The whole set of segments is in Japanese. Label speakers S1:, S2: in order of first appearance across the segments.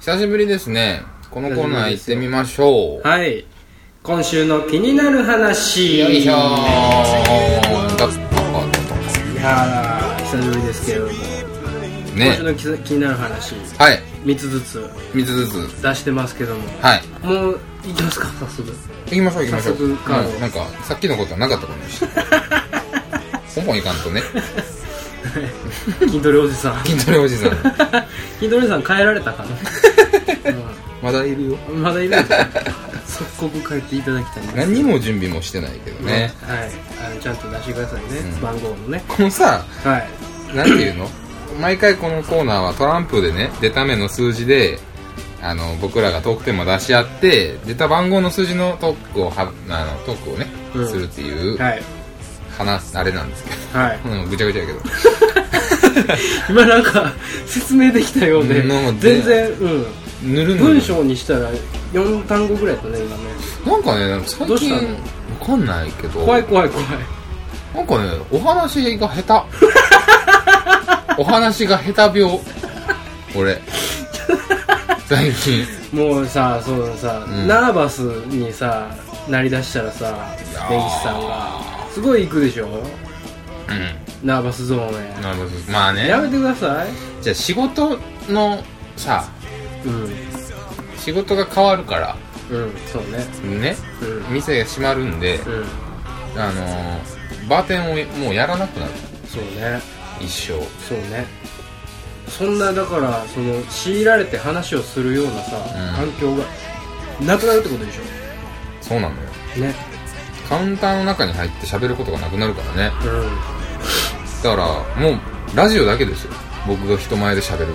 S1: 久しぶりですね。このコーナー行ってみましょう。
S2: はい。今週の気になる話。
S1: よいしょー。
S2: いやー、久しぶりですけれども。今
S1: ね。
S2: 週の気気になる話、
S1: はい。
S2: 3つずつ
S1: 3つずつ。
S2: 出してますけども。
S1: はい。
S2: もう、いきますか、早 速。
S1: 行きましょう行きましょう。
S2: 早速カード
S1: うんなんか、さっきのことはなかったことにして。ほぼいかん とね。
S2: 筋トレおじさん。
S1: 筋トレおじさん。
S2: 筋トレおじさん変えられ たか
S1: まだいるよ。
S2: なうんまだいるんですか即刻帰っていただきたいんです
S1: 何にも準備もしてないけどね。
S2: はいあのちゃんと出してくださいね、
S1: うん
S2: 番号のね
S1: このさ、
S2: はい
S1: なんていうの毎回このコーナーはトランプでね、出た目の数字で、あの、僕らがトークテーマを出し合って、出た番号の数字のトークをは、あの、トークをね、
S2: うん
S1: するっていう、
S2: はい
S1: 話、あれなんですけど。
S2: はい
S1: うん、ぐちゃぐちゃやけど。
S2: 今なんか説明できたようで、
S1: うんなんか
S2: 全然、うん、
S1: ぬるぬる。
S2: 文章にしたら4単語ぐらいだね
S1: な
S2: 今ね
S1: んかね、最
S2: どうし
S1: 近、
S2: た
S1: わ
S2: の
S1: かんないけど、
S2: 怖い怖い怖い
S1: なんかね、お話が下 手。お話が下手病。俺。最近。
S2: もうさそのさ、
S1: うん
S2: ナーバスにさなりだしたらさ
S1: やー
S2: 根岸さんがすごい行くでしょ
S1: う
S2: ナーバスゾーン
S1: ん。
S2: へ
S1: なるほど。まあね
S2: や。めてください
S1: じゃあ仕事のさ、
S2: うん
S1: 仕事が変わるから、
S2: うんそうね
S1: ね、
S2: うん
S1: 店が閉まるんで、
S2: うん
S1: あのーバーテンをもうやらなくなる。
S2: そうね
S1: 一生。
S2: そうねそんなだからその強いられて話をするようなさ、
S1: うん
S2: 環境がなくなるってことでし
S1: そうなのよ。
S2: ょね
S1: カウンターの中に入って喋ることがなくなるからね。
S2: うん
S1: だからもうラジオだけですよ僕が人前で喋る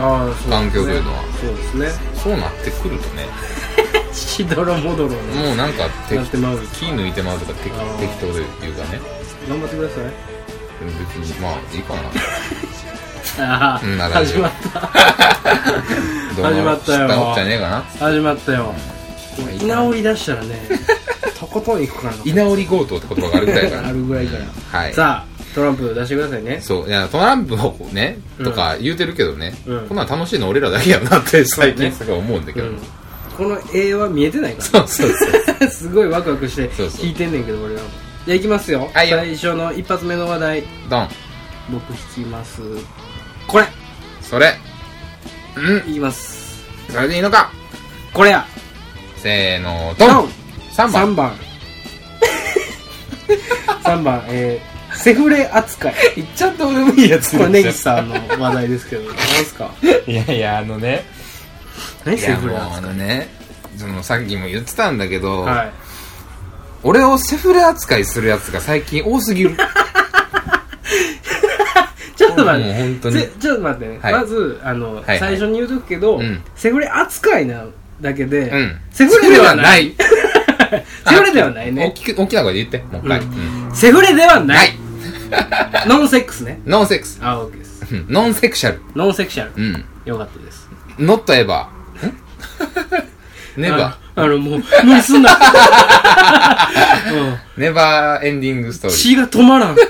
S2: ああそう
S1: 環境というのは
S2: そうですね
S1: そうなってくるとね
S2: しどろもどろね
S1: もうなんか適
S2: やってまう
S1: 気抜いてまうとか適
S2: あー
S1: 適当で言うかね
S2: 頑張ってください
S1: でも別にまあいいかな
S2: あ
S1: うんな
S2: あ
S1: らいい
S2: 始
S1: よ
S2: まった
S1: どうも
S2: 始まったよ
S1: 知ったもっちゃねえかな
S2: 始まったよ
S1: まあいいか
S2: 居直り出したらね とことん行くから
S1: 居直り強盗って言葉があるぐらいかな
S2: あるぐらいから
S1: うん はい
S2: さあトランプ出してくださいね
S1: そういやトランプをね
S2: うん
S1: とか言うてるけどね、
S2: うん
S1: こんなん楽しいの俺らだけやなって最近
S2: そ
S1: すごい思うんだけ
S2: う
S1: ど、
S2: んこの絵は見えてないから
S1: そうそうそう
S2: すごいワクワクして
S1: そうそう
S2: 聞いてんねんけど俺はじゃあいきますよ、
S1: はいよ
S2: 最初の一発目の話題
S1: ドン
S2: 僕引きますこれ
S1: それうん
S2: 言います
S1: それでいいのか
S2: これや
S1: せーのドン
S2: ン
S1: 3番
S2: 3番 3番えー、セフレ扱い
S1: いっちゃって俺もいいやつ
S2: これ根岸さんの話題ですけ ど何すか
S1: いやいやあのね
S2: 何
S1: い
S2: セ
S1: や
S2: フ
S1: もう
S2: レ
S1: あ
S2: 扱
S1: のねそのさっきも言ってたんだけど、
S2: いはい
S1: 俺をセフレ扱いするやつが最近多すぎる
S2: ちょっと待って
S1: もう本当に
S2: ぜちょっと待ってね、
S1: はい
S2: まずあの、
S1: はい
S2: 最初に言うとくけど、
S1: うん
S2: セフレ扱いなだけで、
S1: うん
S2: セフレではない
S1: セフレ
S2: セフレではない
S1: 大
S2: ね
S1: きく大きな声で言ってもう一回、
S2: うん
S1: うん
S2: セフレでは
S1: な
S2: ないいノンセックスね
S1: ノンセックス
S2: あ OK です
S1: うんノンセクシャル
S2: ノンセクシャル
S1: うん
S2: よかったです
S1: ノットエバ ーネバ
S2: あのあのもう無理 すんな、うん
S1: ーネバーエンディングストーリー
S2: 血が止まらん
S1: フ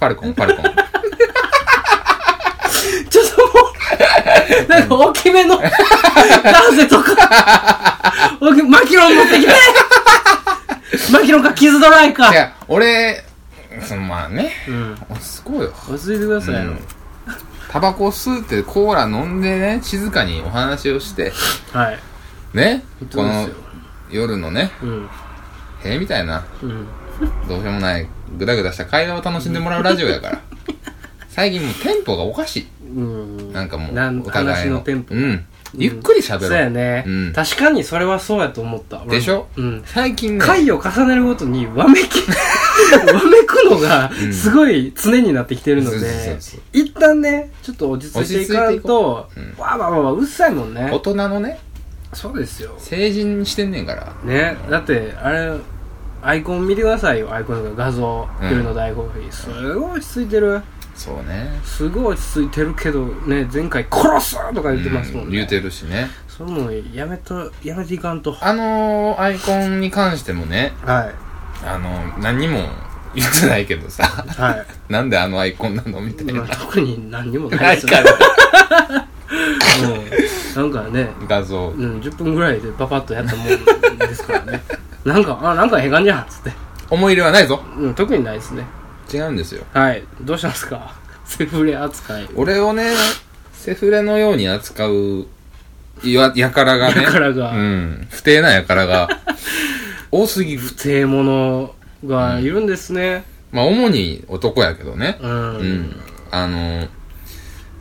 S1: ァルコンファ ルコン
S2: ちょっともう、なんか大きめの、ダンセとか、大きマキロン持ってきてマキロンか、キズドライ
S1: い
S2: か。
S1: や俺そのまあね
S2: うん。
S1: すごいよ
S2: 忘れてくださいよ。
S1: うんタバコ吸ってコーラ飲んでね静かにお話をして
S2: はい。
S1: ね
S2: 本当
S1: こ
S2: で
S1: の
S2: すよ。
S1: 夜のね
S2: うん。
S1: 塀みたいな
S2: うん。
S1: どうしようもないグダグダした会話を楽しんでもらうラジオやから 最近もうテンポがおかし
S2: うん。
S1: いなんかもう
S2: なん
S1: お互いの
S2: 話のテンポ
S1: うんゆっくり喋
S2: そう
S1: ろう、
S2: やね、
S1: うん
S2: 確かにそれはそうやと思った。俺も
S1: でしょ
S2: うん。
S1: 最近ね
S2: 回を重ねるごとに、わめき、 わめくのが、すごい常になってきてるので、
S1: そうそうそう
S2: 一旦ね、ちょっと落ち着いていかんと、わ
S1: 落ち着いていこう
S2: わわわわ、うっさいもんね。
S1: 大人のね
S2: そうですよ
S1: 成人にしてんねんから
S2: ねだってあれアイコン見てくださいよアイコンが画像
S1: うん
S2: 夜の大コーヒーすごい落ち着いてる
S1: そうね
S2: すごい落ち着いてるけどね前回「殺す!」とか言ってますもん
S1: う
S2: ね、
S1: ん言うてるしね
S2: それもやめとやめていかんとは
S1: あのーアイコンに関してもね
S2: い
S1: あのー何も言ってないけどさ
S2: は
S1: なんであのアイコンなのみたい
S2: い、
S1: な
S2: まあ、特に何にもな
S1: ないい
S2: ですよ
S1: か
S2: ね
S1: ら
S2: うんなんかね、
S1: 画像
S2: うん、10分ぐらいでパパッとやったもんですから ねなんかあなんかへがんじゃんっつって、
S1: 思い入れはないぞ
S2: うん、特にないですね
S1: 違うんですよ
S2: はいどうしたんですか セフレ扱い
S1: 俺をねセフレのように扱うややからがね
S2: 輩が
S1: うん不定なやから が多すぎる
S2: 不正者がいるんですね
S1: まあ主に男やけどね
S2: うん、
S1: うんあの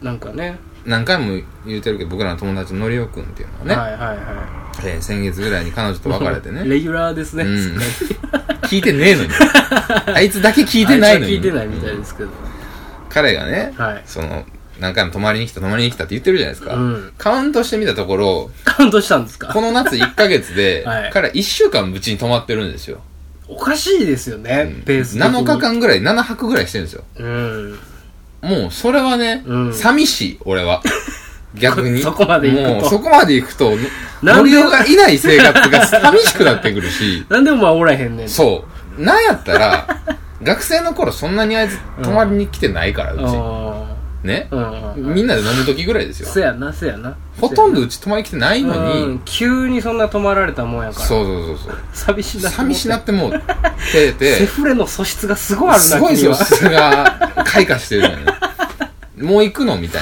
S2: なんかね
S1: 何回も言うてるけど僕らの友達ののりおくんっていうのはね、
S2: はいはいは
S1: えー先月ぐらいに彼女と
S2: い
S1: 別れてね
S2: レギュラーです ね、
S1: うん
S2: すっかり
S1: 聞いてねえのに あいつだけ聞いてないの
S2: あい
S1: に
S2: つは聞いてないみたいですけど、
S1: 彼がね、
S2: はい
S1: その何回も泊まりに来た泊まりに来たって言ってるじゃないですか、
S2: うん
S1: カウントしてみたところ
S2: カウントしたんですか
S1: この夏1ヶ月で、
S2: はい
S1: 彼1週間うちに泊まってるんですよ、
S2: おかしいですよね、ペース的に
S1: 7日間ぐらい7泊ぐらいしてるんですよ
S2: うん
S1: もうそれはね、
S2: うん
S1: 寂しい俺 は逆に
S2: そそこまで行くと
S1: もうそこまで行くと
S2: な
S1: ノ
S2: んで
S1: リオがいない生活が寂しくなってくる し
S2: なんでお前おらへんねん
S1: そうなんやったら学生の頃そんなにあいつ泊まりに来てないからうち、
S2: あ
S1: ね
S2: ーうん
S1: みんなで飲む時ぐらいですよ
S2: せやなせやな
S1: ほとんどうち泊まり来てないのに、
S2: うん急にそんな止まられたもんやから
S1: そうそうそうそう
S2: 寂しいな
S1: 寂しなっててもうてて
S2: セフレの素質がすごいあるな
S1: すごいです
S2: 君
S1: よ、
S2: は
S1: 質が開花してるよね。もう行くのみたい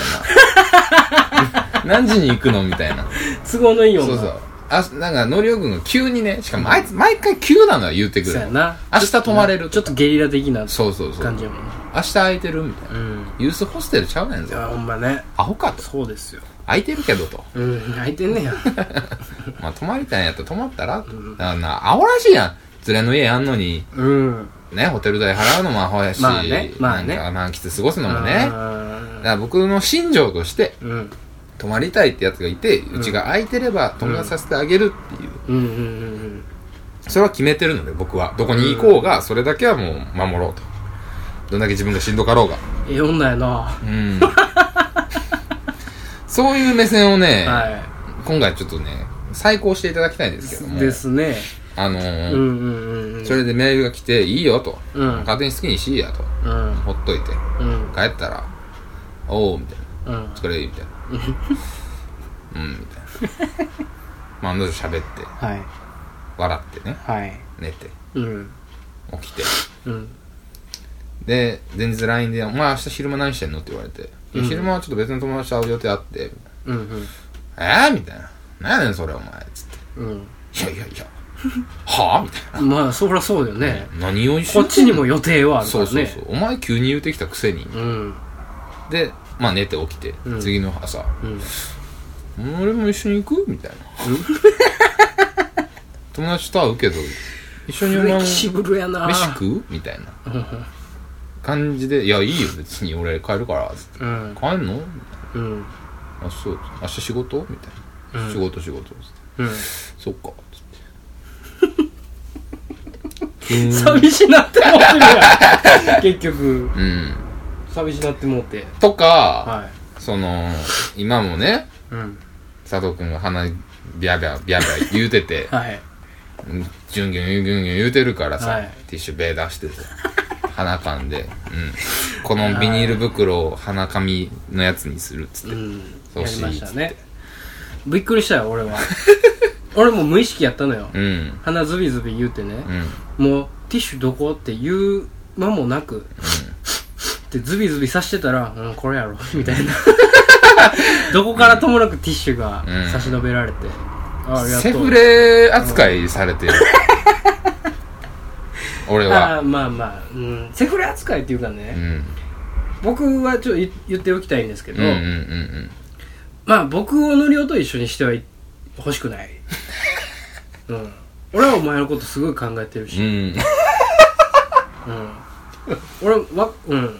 S1: な。何時に行くのみたいな。
S2: 都合のいいよ
S1: そうそう。あ、なんか、のりおくんが急にね、しかもあいつ、毎回急なのは言うてく
S2: そ
S1: る
S2: うや。な
S1: 明日泊まれる
S2: ちょっとゲリラ的な
S1: そうそうそう。
S2: 感じ
S1: 明
S2: やもんな
S1: 日空いてるみたいな。
S2: うん
S1: ユースホステルちゃうねん
S2: い
S1: ぞ。
S2: やほんまね
S1: アホかと。
S2: そうですよ
S1: 空いてるけどと。
S2: うん泣いて んねや
S1: まあ、泊まりたいんやったら泊まったら。だからな、アホらしいやん。連れの家やんのに、
S2: うん
S1: ね、ホテル代払うのもアホやし。
S2: まあねまあね
S1: なんか満喫過ごすのもね。だか
S2: あ
S1: ら僕の心情として、
S2: ーうん
S1: 泊まりたいってやつがいて、うちが空いてれば泊まさせてあげるっていう、
S2: うんうんうん
S1: それは決めてるので僕はどこに行こうが、それだけはもう守ろうとどんだけ自分がしんどかろうが
S2: うんええ女やな
S1: うん そういう目線をね、
S2: は
S1: 今回ちょっとね再考していただきたいんですけど
S2: い
S1: も
S2: ですね
S1: あの
S2: う
S1: ー
S2: んうんうんうん
S1: それでメールが来て「いいよ」と、
S2: うん
S1: 勝手に好きにしいや」と
S2: うん
S1: ほっといて
S2: うん
S1: 帰ったら「おお」みたいな
S2: うん
S1: 「それいい」み たいな「うん」みたいなまあ案の定喋って
S2: はい
S1: 笑ってね
S2: はい
S1: 寝て
S2: うん
S1: 起きて
S2: うん
S1: で前日 LINE で「お前明日昼間何してんの?」って言われて「いや昼間はちょっと別の友達と会う予定あって」
S2: うん
S1: えー?」みたいな「何やねんそれお前」っつっ
S2: うん
S1: て「いやいやいやはあ?」みたい
S2: うんまあそりゃそうだよね
S1: な「何を一緒
S2: こっちにも予定はあるか
S1: そう
S2: ら
S1: そう
S2: ね
S1: そうお前急に言うてきたくせに
S2: うん
S1: でまあ寝て起きて、
S2: うん
S1: 次の朝
S2: うん
S1: 「俺も一緒に行く?」み たいな友達と会うけど一緒にお
S2: フ
S1: 前も
S2: レキ
S1: 飯
S2: シブルやな
S1: 食うみたいな感じで「いやいいよ別に俺帰るから」っつって
S2: う
S1: 「
S2: ん
S1: 帰んの?」
S2: うん
S1: あそう明日仕事みたいな、
S2: うん
S1: 仕事仕事つって
S2: うん
S1: そっかつってうーん
S2: 寂しなって思ってるや ん結局
S1: うん
S2: 寂しなってもうて
S1: とか、
S2: はい
S1: その今もね
S2: うん
S1: 佐藤君が鼻ビャビャビャビャ言うてて
S2: はい
S1: うんギュンギュンギュンギュンギュン言うてるからさ、
S2: はい
S1: ティッシュベー出してさ鼻かんで、うん、このビニール袋を鼻紙のやつにするっつって、
S2: うん
S1: そう
S2: やりま
S1: し
S2: したねびっくりした よ俺は俺もう無意識やったのよ
S1: うん
S2: 鼻ズビズビ言うてね
S1: うん
S2: もうティッシュどこって言う間もなくってズビズビ刺してたら「うんこれやろ」みたいな どこからともなくティッシュが差し伸べられて、あありがと
S1: セ
S2: う
S1: フレ扱いされて る俺
S2: あ
S1: は
S2: あまあまあ、うん、セフレ扱いっていうか
S1: う
S2: ね、
S1: ん
S2: 僕はちょっと言言っておきたいんです
S1: う
S2: け
S1: ん
S2: ど、
S1: うんうん
S2: まあ僕をのりおと一緒にしてはい欲し くない、うん、俺はお前のことすごい考えてる
S1: う
S2: し、
S1: ん
S2: うん、俺はうん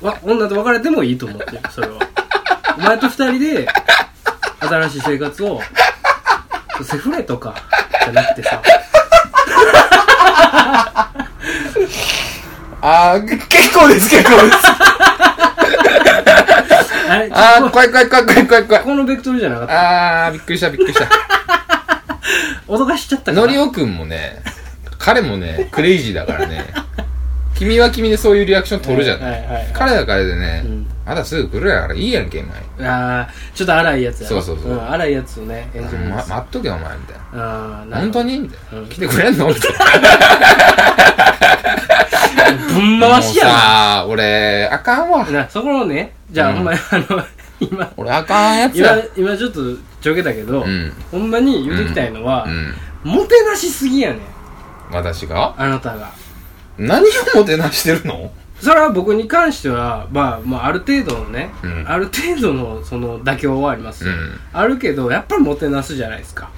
S2: わ女と別れてもいいと思ってるそれはお前と二人で新しい生活をセフレとかじゃなくてさ
S1: あー、結構です、結構です。
S2: あれ
S1: あー、
S2: こ
S1: 怖い怖い怖い怖い怖い怖い。
S2: このベクトルじゃなかった
S1: あー、びっくりした、びっくりした。
S2: 脅かしちゃったから
S1: のりおくんもね、彼もね、クレイジーだからね、君は君でそういうリアクション取るじゃ
S2: は
S1: ないい。
S2: はいはい
S1: 彼は彼で
S2: う
S1: ね、
S2: ん
S1: まだすぐ来るやからいいやんけ、お前。
S2: ああちょっと荒いやつやろ
S1: そうそうそうん
S2: 荒いやつをね演じるんで
S1: ま、
S2: す
S1: 待っとけよ、お前、みたいな。
S2: あー
S1: 本
S2: なるほど
S1: 当にみたい
S2: うん
S1: な。来てくれんのみたいな。
S2: ぶん 回しや
S1: もう
S2: な
S1: さあ、俺、あかんわ。
S2: なそこのねじゃあ、
S1: うん
S2: ほんまにあの 今
S1: 俺、あかんやつ
S2: 今
S1: や。
S2: 今ちょっとちょけたけど、
S1: うん。
S2: ほんまに言うてきたいのは
S1: う、ん。
S2: もてなしすぎやねん
S1: 私が
S2: あなたが
S1: 何をもてなしてるの
S2: それは僕に関しては、まあ、まあある程度のね、
S1: うん
S2: ある程度のその妥協はありますよ、
S1: うん
S2: あるけどやっぱりもてなすじゃないですか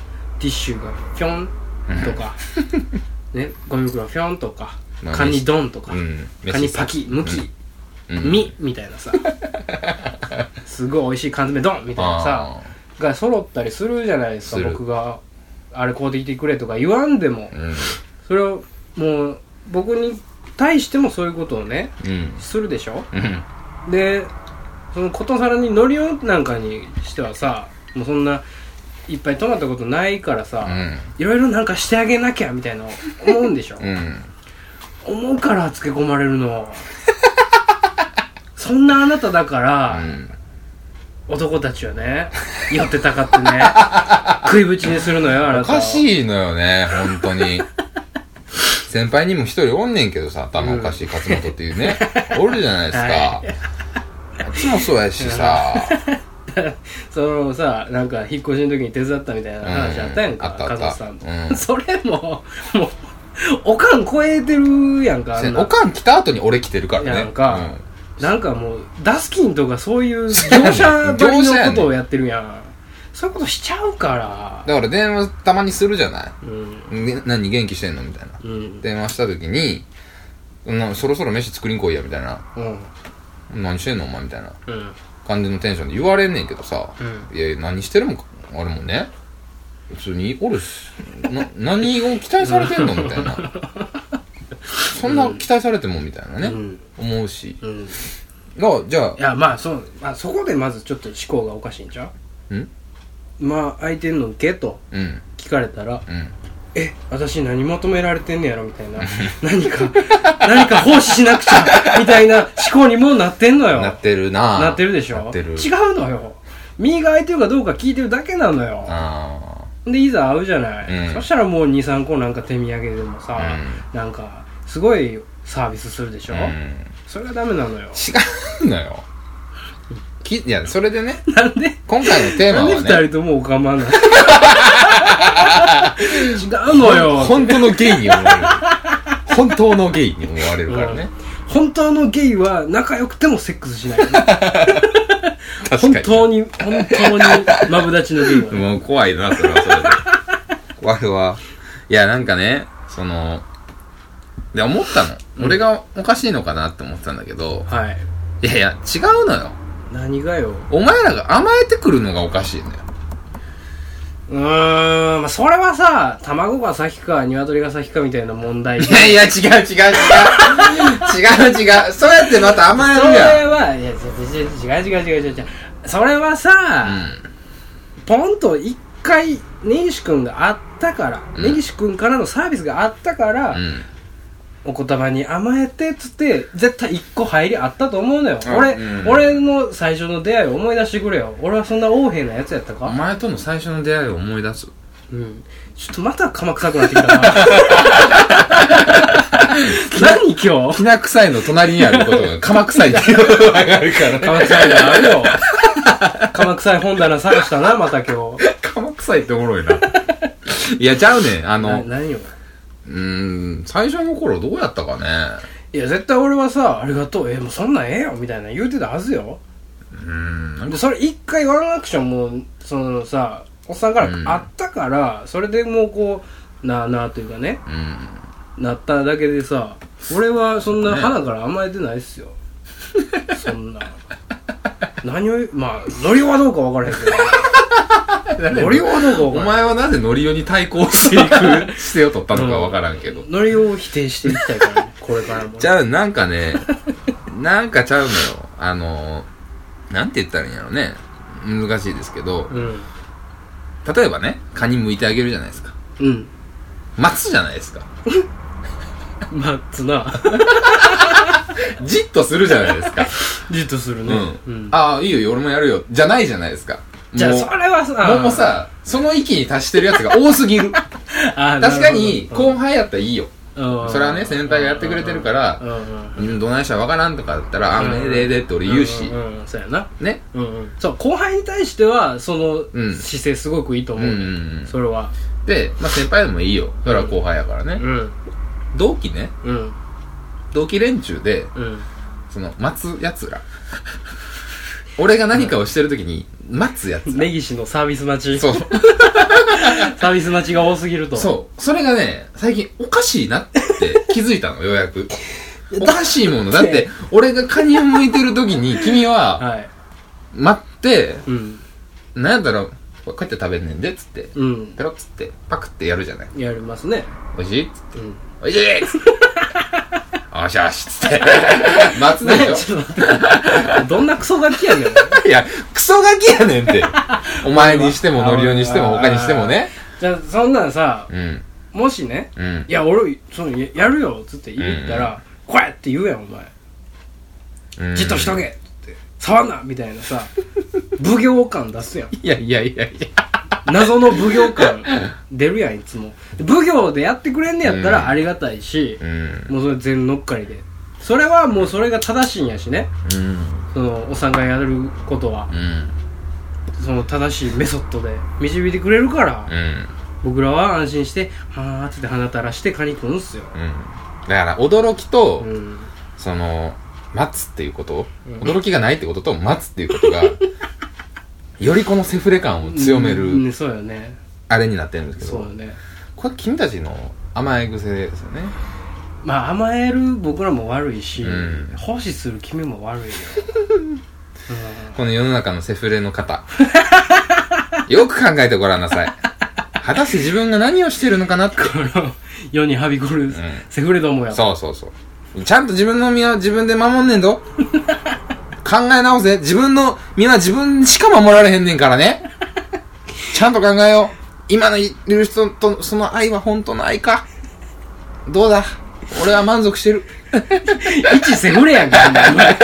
S2: ティッシュがピョンと か、ね、ゴミ袋ピョンとか
S1: まあ
S2: カニドンとか、
S1: うん。
S2: カニ
S1: 飯
S2: パキムキ、
S1: うん
S2: ミみたい なさすごい美味しい缶詰ドンみたいなさ
S1: あ
S2: が揃ったりするじゃないですか
S1: する
S2: 僕があれこうできてくれとか言わんでも
S1: ーうん。
S2: それをもう僕に対してもそういうことをね
S1: うん。
S2: するでしょ
S1: うん。
S2: でそのことさらに海苔をなんかにしてはさもうそんないっぱい泊まったことないからさ、
S1: うん。
S2: いろいろなんかしてあげなきゃみたいな思うんでしょ、
S1: うん。
S2: 思うからつけ込まれるのそんなあなただから、男たちはね寄ってたかってね食いぶちにするのよあ
S1: お
S2: なた
S1: か
S2: い
S1: しいのよね、本当に。先輩にも一人おんねんけどさ、頭おかしい勝本っていうね、おるじゃないです
S2: は
S1: か。あっちもそうやしさ、
S2: そのさなんか引っ越しの時に手伝ったみたいな話あったやん
S1: うん
S2: か、
S1: あったあ
S2: カ
S1: った
S2: ズさんと、
S1: うん
S2: それももうおかん超えてるやんかあんな
S1: おかん来た後に俺来てるからね。
S2: なんか
S1: うん
S2: なんかもうダスキンとかそういう業者ば
S1: 業
S2: り
S1: 者
S2: の
S1: やね
S2: こ
S1: ん
S2: とをやってるや んそういうことしちゃうから
S1: だから電話たまにするじゃな
S2: うん
S1: いね何元気してんのみたいな。
S2: うん
S1: 電話した時に、なそろそろ飯作りに来いや、みたいな。
S2: うん
S1: 何してんのお前、みたいな
S2: うん
S1: 感じのテンションで言われんねんけどさ、
S2: う
S1: いやいや、何してるもんか、あれもね。普通におるし、な、 何を期待されてんのみたいな。そんな期待されてもみたいなね。
S2: うん
S1: 思うし。
S2: うん
S1: が、じゃ
S2: いやまあそう、まあ、そこでまずちょっと思考がおかしいんちゃ
S1: あ、ん
S2: うまあ相手の「け」と
S1: うん、
S2: 聞かれたら
S1: うん。
S2: 「え私何求められてんねやろ」みたいな 何か何か奉仕しなくちゃみたいな思考にもうなってんのよ
S1: なってるな
S2: なってるでしょ
S1: なってる。
S2: 違うのよ右が空いてるかどうか聞いてるだけなのよ
S1: あ
S2: でいざ会うじゃない、
S1: うん
S2: そしたらもう23個なんか手土産でもさ、
S1: う
S2: なんかすごいサービスするでし
S1: あ。
S2: ょ、
S1: うん。
S2: それがダメなのよ
S1: 違うのよ。き、いや、それでね、
S2: なんで、
S1: 今回のテーマ
S2: なんで
S1: は
S2: 2
S1: ね、
S2: 人ともおかま なの違うのよ
S1: 本当のゲイに思われる。本当のゲイに思われるからね。
S2: 本当のゲイは仲良くてもセックスしない
S1: 確か
S2: 本
S1: に。
S2: 当に本当にマブダチのゲイは、
S1: もう怖いな、それ はそれで。怖いわ。いや、なんかね、その、で、思ったの。俺がおかしいのかなって思ってたんだけど、
S2: はい
S1: いやいや、違うのよ。
S2: 何がよ
S1: お前らが甘えてくるのがおかしいのよ。
S2: うーん、まあ、それはさ卵が先か鶏が先かみたいな問題
S1: いやいや、違う違う違 う。違う違う。そうやってまた甘え
S2: そ
S1: るやん。
S2: れはいや違う違う違う違う違う違う違うそれは
S1: う
S2: さ、
S1: ん。
S2: ポンと一回根岸君があったから、
S1: うん
S2: 根岸君からのサービスがあったから、
S1: うん。
S2: お言葉に甘えてっつって絶対一個入りあったと思うのよ、
S1: あ
S2: 俺、
S1: うん
S2: 俺の最初の出会いを思い出してくれよ俺はそんな横柄なやつやった
S1: お
S2: か、
S1: 前との最初の出会いを思い出す。
S2: うん、ちょっとまた鎌臭くなってきた な何今日
S1: きな臭いの隣にあること が、鎌臭いっていう言葉があるからね。
S2: 鎌臭いなあるよ鎌臭い本棚探したなまた今日
S1: 鎌臭いっておもろいな。いや、ちゃうねん。あ
S2: な
S1: の、
S2: 何よ
S1: うーん、最初の頃どうやったかね。
S2: いや絶対俺はさ「ありがとうえもうそんなんええよ」みたいな言うてたはずよ
S1: うーん、なん
S2: で
S1: か、
S2: それ一回ワンアクションもそのさおっさんから
S1: うん
S2: あったから、それでもうこうなあなあというかね
S1: うん。
S2: なっただけでさ俺はそんな
S1: ね
S2: 花から甘えてないっすよそんな何をまあノリはどうか分からへん けどノリはどう
S1: お
S2: か分からへん
S1: 前はなぜノリオに対抗していく姿勢を取ったのかわからんけど。
S2: ノリを否定していきたいから、ね、これからもね
S1: ちゃう、なんかね、 なんかちゃうのよ。あの、なんて言ったらいいんやろね。難しいですけど、
S2: うん
S1: 例えばね、カニ剥いてあげるじゃないですか。
S2: うん
S1: 待つじゃないですか。
S2: まあつな
S1: じっとするじゃないですか。
S2: じっとする
S1: う
S2: ね
S1: ん。
S2: うん
S1: ああ、いいよいいよ、俺もやるよ。じゃないじゃないですか。
S2: じゃあ
S1: もう
S2: それはさ
S1: もうさ、その域に達してるやつが多すぎる。
S2: あー
S1: 確かに、
S2: なるほど
S1: 後輩やったらいいよ。
S2: うん
S1: それはね、先輩がやってくれてるから
S2: う、んうん
S1: うん、どないしたらわからんとかだったら、あ、
S2: うん
S1: ねえでえでって俺言うし
S2: う、んうんそうやな
S1: ね。
S2: うんうんそう後輩に対してはそ
S1: うん
S2: の姿勢すごくいいと
S1: う
S2: 思
S1: ん
S2: う
S1: う
S2: ね、
S1: んうん。
S2: それは
S1: で、まあ先輩でもいいよ。それは後輩やから
S2: う
S1: ね。
S2: ん
S1: 同期ね、
S2: うん
S1: 同期連中で、
S2: うん
S1: その、待つやつら。俺が何かをしてるときに、待つやつら。
S2: 根岸のサービス待ち
S1: そう。
S2: サービス待ちが多すぎると
S1: そう。それがね、最近おかしいなって気づいたの、ようやく。おかしいもの。だって、俺がカニを剥いてる時に、君は、
S2: はい
S1: 待って、
S2: うん
S1: なんやったら、こうやって食べんねんで、つって。
S2: うん
S1: ペロッつって、パクってやるじゃない。
S2: やりますね
S1: おいしいつって。
S2: うん
S1: おいしいつって。おしゃしつっ て。待つで
S2: ね
S1: し
S2: ちょっと待ってどんなクソガ キやねん
S1: ょ。いや、クソガキやねん って。お前にしても、ノリオにしても、他にしてもね。
S2: じゃあそんなんさ
S1: うん。
S2: もしね
S1: うん
S2: い。や俺そのややるよっつって言ったら「こうや!」って言うやんお前
S1: うん
S2: じっとしとけっつって触んなみたい なさ奉行感出すやん
S1: いやいやいやいや。
S2: 謎の奉行感 出るやんいつも奉行でやってくれんねやった
S1: うん
S2: らありがたいし
S1: う、ん。
S2: もうそれ全乗っかりでそれはもうそれが正しいんやしね
S1: うん。
S2: そのおさんがやることは
S1: うん。
S2: その正しいメソッドで導いてくれるから、
S1: うん。
S2: 僕らは安心してはーって鼻垂らしてカニ食うんすよ
S1: うんだから驚きと、
S2: うん
S1: その待つっていうこと、
S2: うん
S1: 驚きがないってことと待つっていう ことがよりこのセフレ感を強め
S2: うんう
S1: る
S2: んそうよね
S1: あれになってるんですけ
S2: そう
S1: ど、
S2: よね
S1: これ君たちの甘え癖ですよね
S2: まあ甘える僕らも悪いし、
S1: うん
S2: 奉仕する君も悪いよ、
S1: この世の中のセフレの方 よく考えてごらんなさい果たして自分が何をしてるのかなって
S2: うん、この世にはびこるセフレどもや、
S1: そうそうそうちゃんと自分の身は自分で守んねんぞ考え直せ自分の身は自分しか守られへんねんからねちゃんと考えよう今のいる人とその愛は本当の愛かどうだ俺は満足してる
S2: 一セフレやんか、お前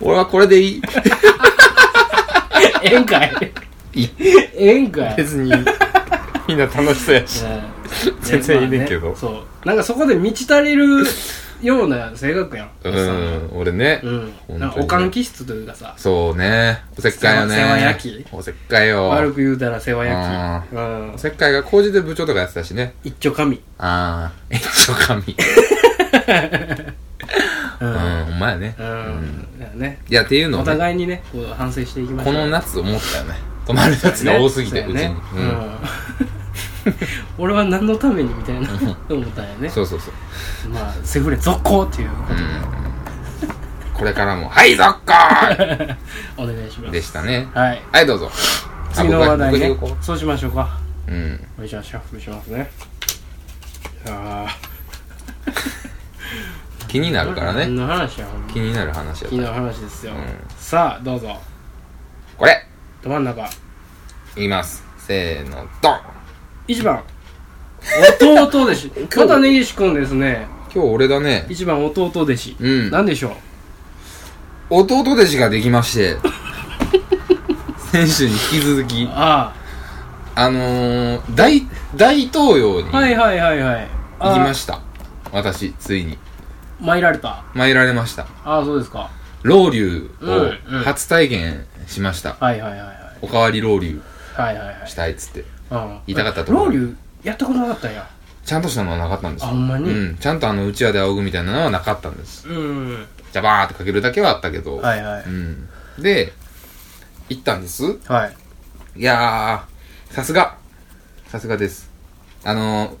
S1: 俺はこれでいい
S2: ええんかい。
S1: いい
S2: ええんかい。
S1: 別にみんな楽しそうやし
S2: うん
S1: 全然いいねんけど
S2: まあねそう。なんかそこで満ち足りるような性格やん。
S1: う。ん俺ね、
S2: うん。
S1: 本
S2: なん
S1: 当
S2: か
S1: に
S2: おかん気質というかさ、
S1: そうねおせっかいよね
S2: 世話焼き
S1: おせっかいよ
S2: 悪く言うたら世話焼き。うん
S1: お。せっかいが工事で部長とかやってたしね
S2: 一丁神。
S1: ああ、えっと、神。
S2: う
S1: う
S2: ん。う。
S1: んん、ほんまやね。
S2: だよね。
S1: いや、っていうのを
S2: お
S1: ね、
S2: 互いにね、こう反省していきまし
S1: こ
S2: ょう。
S1: の
S2: ね、
S1: 夏思ったよね。泊まるやつが多すぎて、う
S2: そ
S1: ち
S2: うや
S1: に
S2: ね。う
S1: うん
S2: ん。 俺は何のためにみたいな思ったんやね。
S1: そうそうそう。
S2: まあ、セフレ続行っていう こ
S1: うん。これからも、はい、ぞっこー
S2: とお願いします。
S1: でしたね。
S2: はい。
S1: はい、どうぞ。
S2: 次の話題
S1: あ
S2: ね
S1: 僕が僕が行こ
S2: そうしましょうか
S1: ううん。
S2: これじゃあシャッフルしますねあ
S1: 気にな
S2: あ
S1: るからね。
S2: の話やほんま
S1: 気になる話やっ
S2: 気
S1: た
S2: の話ですよ、
S1: うん
S2: さあどうぞ
S1: これ、
S2: ど真ん中
S1: 言います。せーの、ドン
S2: 1番弟 弟子また根岸君ですね
S1: 今日俺だね。
S2: 1番弟弟子、
S1: うん。
S2: 何でしょう
S1: 弟弟子ができま して、選手に引き続き、
S2: あ
S1: あのー、大、大東洋に
S2: あはいはいはいはいあ
S1: 行
S2: あ
S1: きました。私、ついに。
S2: 参られた
S1: 参られました。
S2: ああそうですか
S1: 老流
S2: うんう
S1: を
S2: ん
S1: 初体験しました。
S2: はいはいはいはい
S1: おかわり老流
S2: はいはいはい
S1: したいっつって。
S2: うん
S1: 言いたかったところ
S2: ロウリュやったことなかったんや
S1: ちゃんとしたのはなかったんです
S2: あ
S1: よ。
S2: ほんまに
S1: うん。ちゃんとあの、うちわで仰ぐみたいなのはなかったんです。
S2: うん
S1: ジャバーってかけるだけはあったけど。、
S2: はいはいう
S1: ん。で、行ったんです。
S2: はい
S1: いやー、さすが。さすがです。あの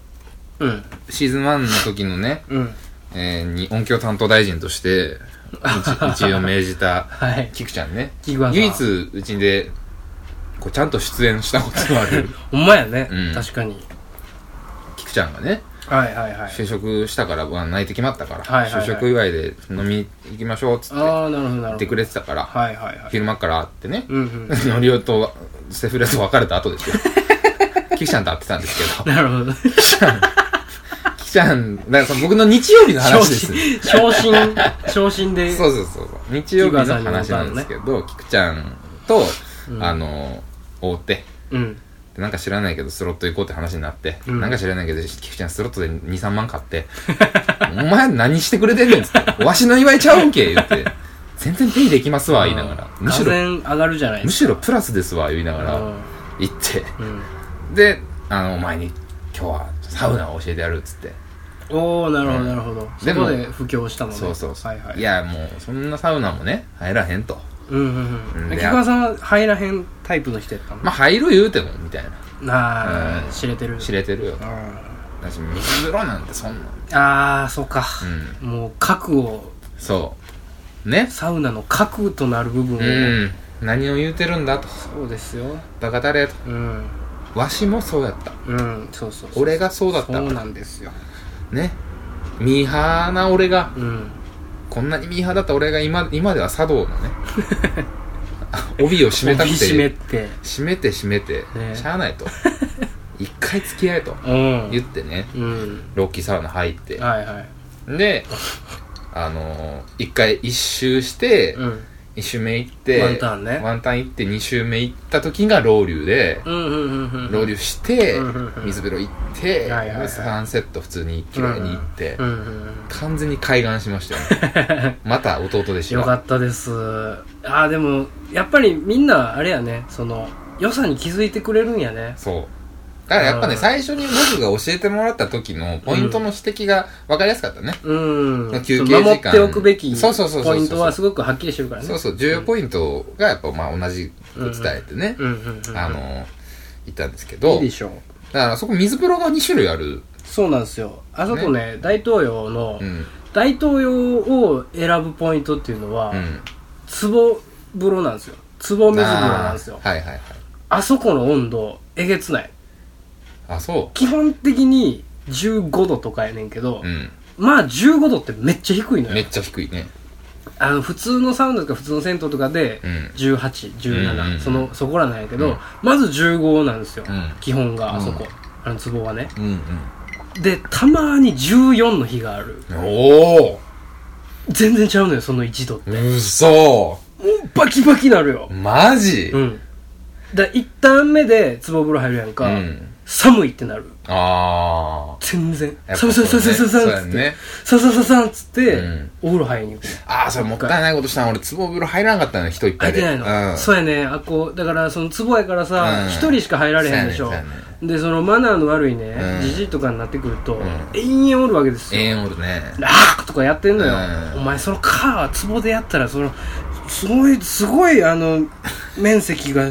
S2: うん
S1: ー、シーズン1の時のね、
S2: うん
S1: えーに音響担当大臣として、一一を命じた、
S2: はい
S1: キクちゃんね。
S2: キクワンさん
S1: 唯一、うちで、こう、ちゃんと出演したことがある。
S2: ほんまやね、
S1: うん
S2: 確かに
S1: キクちゃんがね、
S2: はいはいはい
S1: 就職したから、まあ内定決まったから、
S2: はいはいはい
S1: 就職祝いで飲み行きましょうっつって言
S2: ああなるほどなるほ
S1: っ
S2: ど
S1: てくれてたから、
S2: はいはいはい
S1: 昼間から会ってね、
S2: うんうん
S1: ノリオとセフレと別れた後ですよ。キクちゃんと会ってたんですけど、
S2: なるほど
S1: キクちゃん、キクちゃん、だからその僕の日曜日の話です。
S2: 昇進、昇進で。
S1: そうそうそうそう。日曜日の話なんですけど、菊ちゃんと、
S2: うん
S1: あの、会うて、
S2: うん。
S1: でなんか知らないけどスロット行こうって話になって、
S2: うん
S1: なんか知らないけど、菊ちゃんスロットで2、3万買って、 お前何してくれてんねんっつって、わしの祝いちゃうんけ言って、全然ペイできますわ、言いながら。む
S2: む
S1: し
S2: し
S1: ろ
S2: ろ。、上がるじゃない
S1: む
S2: です
S1: しろプラスですわ、言いなが、
S2: から
S1: 行って、
S2: うん。
S1: で、あの、お前に今日はサウナを教えてやるっつって。
S2: おおなるほ
S1: う
S2: ど、
S1: ん
S2: なるほど。
S1: で
S2: そ
S1: も
S2: こで布教したのね。
S1: そうそうそう。
S2: はいはい。
S1: い、や、もう、そんなサウナもね、入らへんと。
S2: うんうん
S1: う
S2: うんん。
S1: で
S2: 菊川さんは入らへんタイプの人やったの
S1: まあ、入る言うても、みたいな。
S2: な
S1: うん
S2: あ、知れてる。
S1: 知れてるよ
S2: う。ん
S1: 私、水風呂なんてそんな。
S2: ああ、そうか。
S1: う
S2: もう、核を、
S1: そう。ね。
S2: サウナの核となる部分を。
S1: うん。何を言うてるんだと。
S2: そうですよ。
S1: バカだれと。
S2: うん。
S1: わしもそうやった。
S2: うん。そうそうそう。
S1: 俺がそうだったか
S2: そう
S1: ら。
S2: なんですよ。
S1: ね。ミーハーな俺が、
S2: うん。
S1: こんなにミーハーだった俺が今、今では茶道の ね。帯を締めたく
S2: 帯締め
S1: て。
S2: て。
S1: 締めて締めて、
S2: ね
S1: しゃあない と。一回付き合えと。
S2: うん。
S1: 言ってね、
S2: うん。
S1: ロッキーサウナ入って。
S2: はいはい。
S1: で、あのー、一回一周して、
S2: うん。
S1: 一周目行って、
S2: ワンタンね
S1: ワンタン行って二周目行った時がロウリュで、
S2: うんうんうんうん。
S1: ロウリュして
S2: うんうんう、ん
S1: 水風呂行って、
S2: はいはいはい
S1: サンセット普通に綺麗に行って、
S2: うんうんうん。
S1: 完全に海岸しましたよ、 ね。また弟弟子
S2: よか
S1: は。
S2: ったです。ああ、でも、やっぱりみんな、あれやね、その、良さに気づいてくれるんやね。
S1: そう。だからやっぱね、
S2: うん
S1: 最初に僕が教えてもらった時のポイントの指摘が分かりやすかったね。
S2: うん。
S1: 休憩時間
S2: 守っておくべき
S1: そうそうそうそうそう
S2: ポイントはすごくはっきりしてるからね。
S1: そうそう、重要ポイントがやっぱまあ同じく伝えてね、
S2: うんうんうん。
S1: あの、、行ったんですけど、
S2: いいでしょう。
S1: だからそこ水風呂が2種類ある。
S2: そうなんですよ。あそこね、大統領の、
S1: うん。
S2: 大統領を選ぶポイントっていうのは、
S1: うん。
S2: 壺風呂なんですよ。壺水風呂なんですよ
S1: あ。ーはいはいはい。
S2: あそこの温度、えげつない。
S1: あ、そ
S2: 基本的に15度とかやねんけ
S1: う。
S2: ど、
S1: うん。
S2: まあ15度ってめっちゃ低いの
S1: め
S2: よ。
S1: っちゃ低いね。
S2: あの、普通のサウナとか普通の銭湯とかで
S1: う、ん。
S2: 18、
S1: うんうん
S2: 17、
S1: うん
S2: その、そこらなんやけ
S1: う
S2: ど、
S1: ん
S2: まず15なんですよ。
S1: うん
S2: 基本が、あそこ。
S1: うん
S2: あの、壺はね。
S1: うんうん。
S2: で、たまに14の日がある。
S1: お
S2: 全然ちゃうのよ、その1度って。も
S1: ーうそう
S2: バキバキなるよ。
S1: マジ
S2: うん。だ、1段目で壺風呂入るやんか、
S1: うん
S2: 寒いってなる。
S1: あ
S2: 全然。
S1: あ。
S2: 寒い寒い寒い寒い寒い
S1: そう
S2: っ
S1: や
S2: つって。
S1: ね。
S2: ささささんっつって、
S1: うん
S2: お風呂入りに行く。
S1: ああ、それもったいないことしたな。俺、壺風呂入らなかったのよ、人いっぱ
S2: 入
S1: い
S2: っ
S1: で。
S2: てないの、
S1: うん。
S2: そうやねあっこだからその壺やから
S1: う
S2: さ
S1: ん
S2: 一、人しか入られへんでしょ
S1: そうやねそう
S2: でそのマナーの悪い
S1: うん
S2: ねじじいとかになってくると、
S1: ん
S2: 延々おるわけですよ、
S1: ええおるね。
S2: あーとかやってんのよ、
S1: うん
S2: お前そのカー壺でやったらそのすごいすごいあの面積が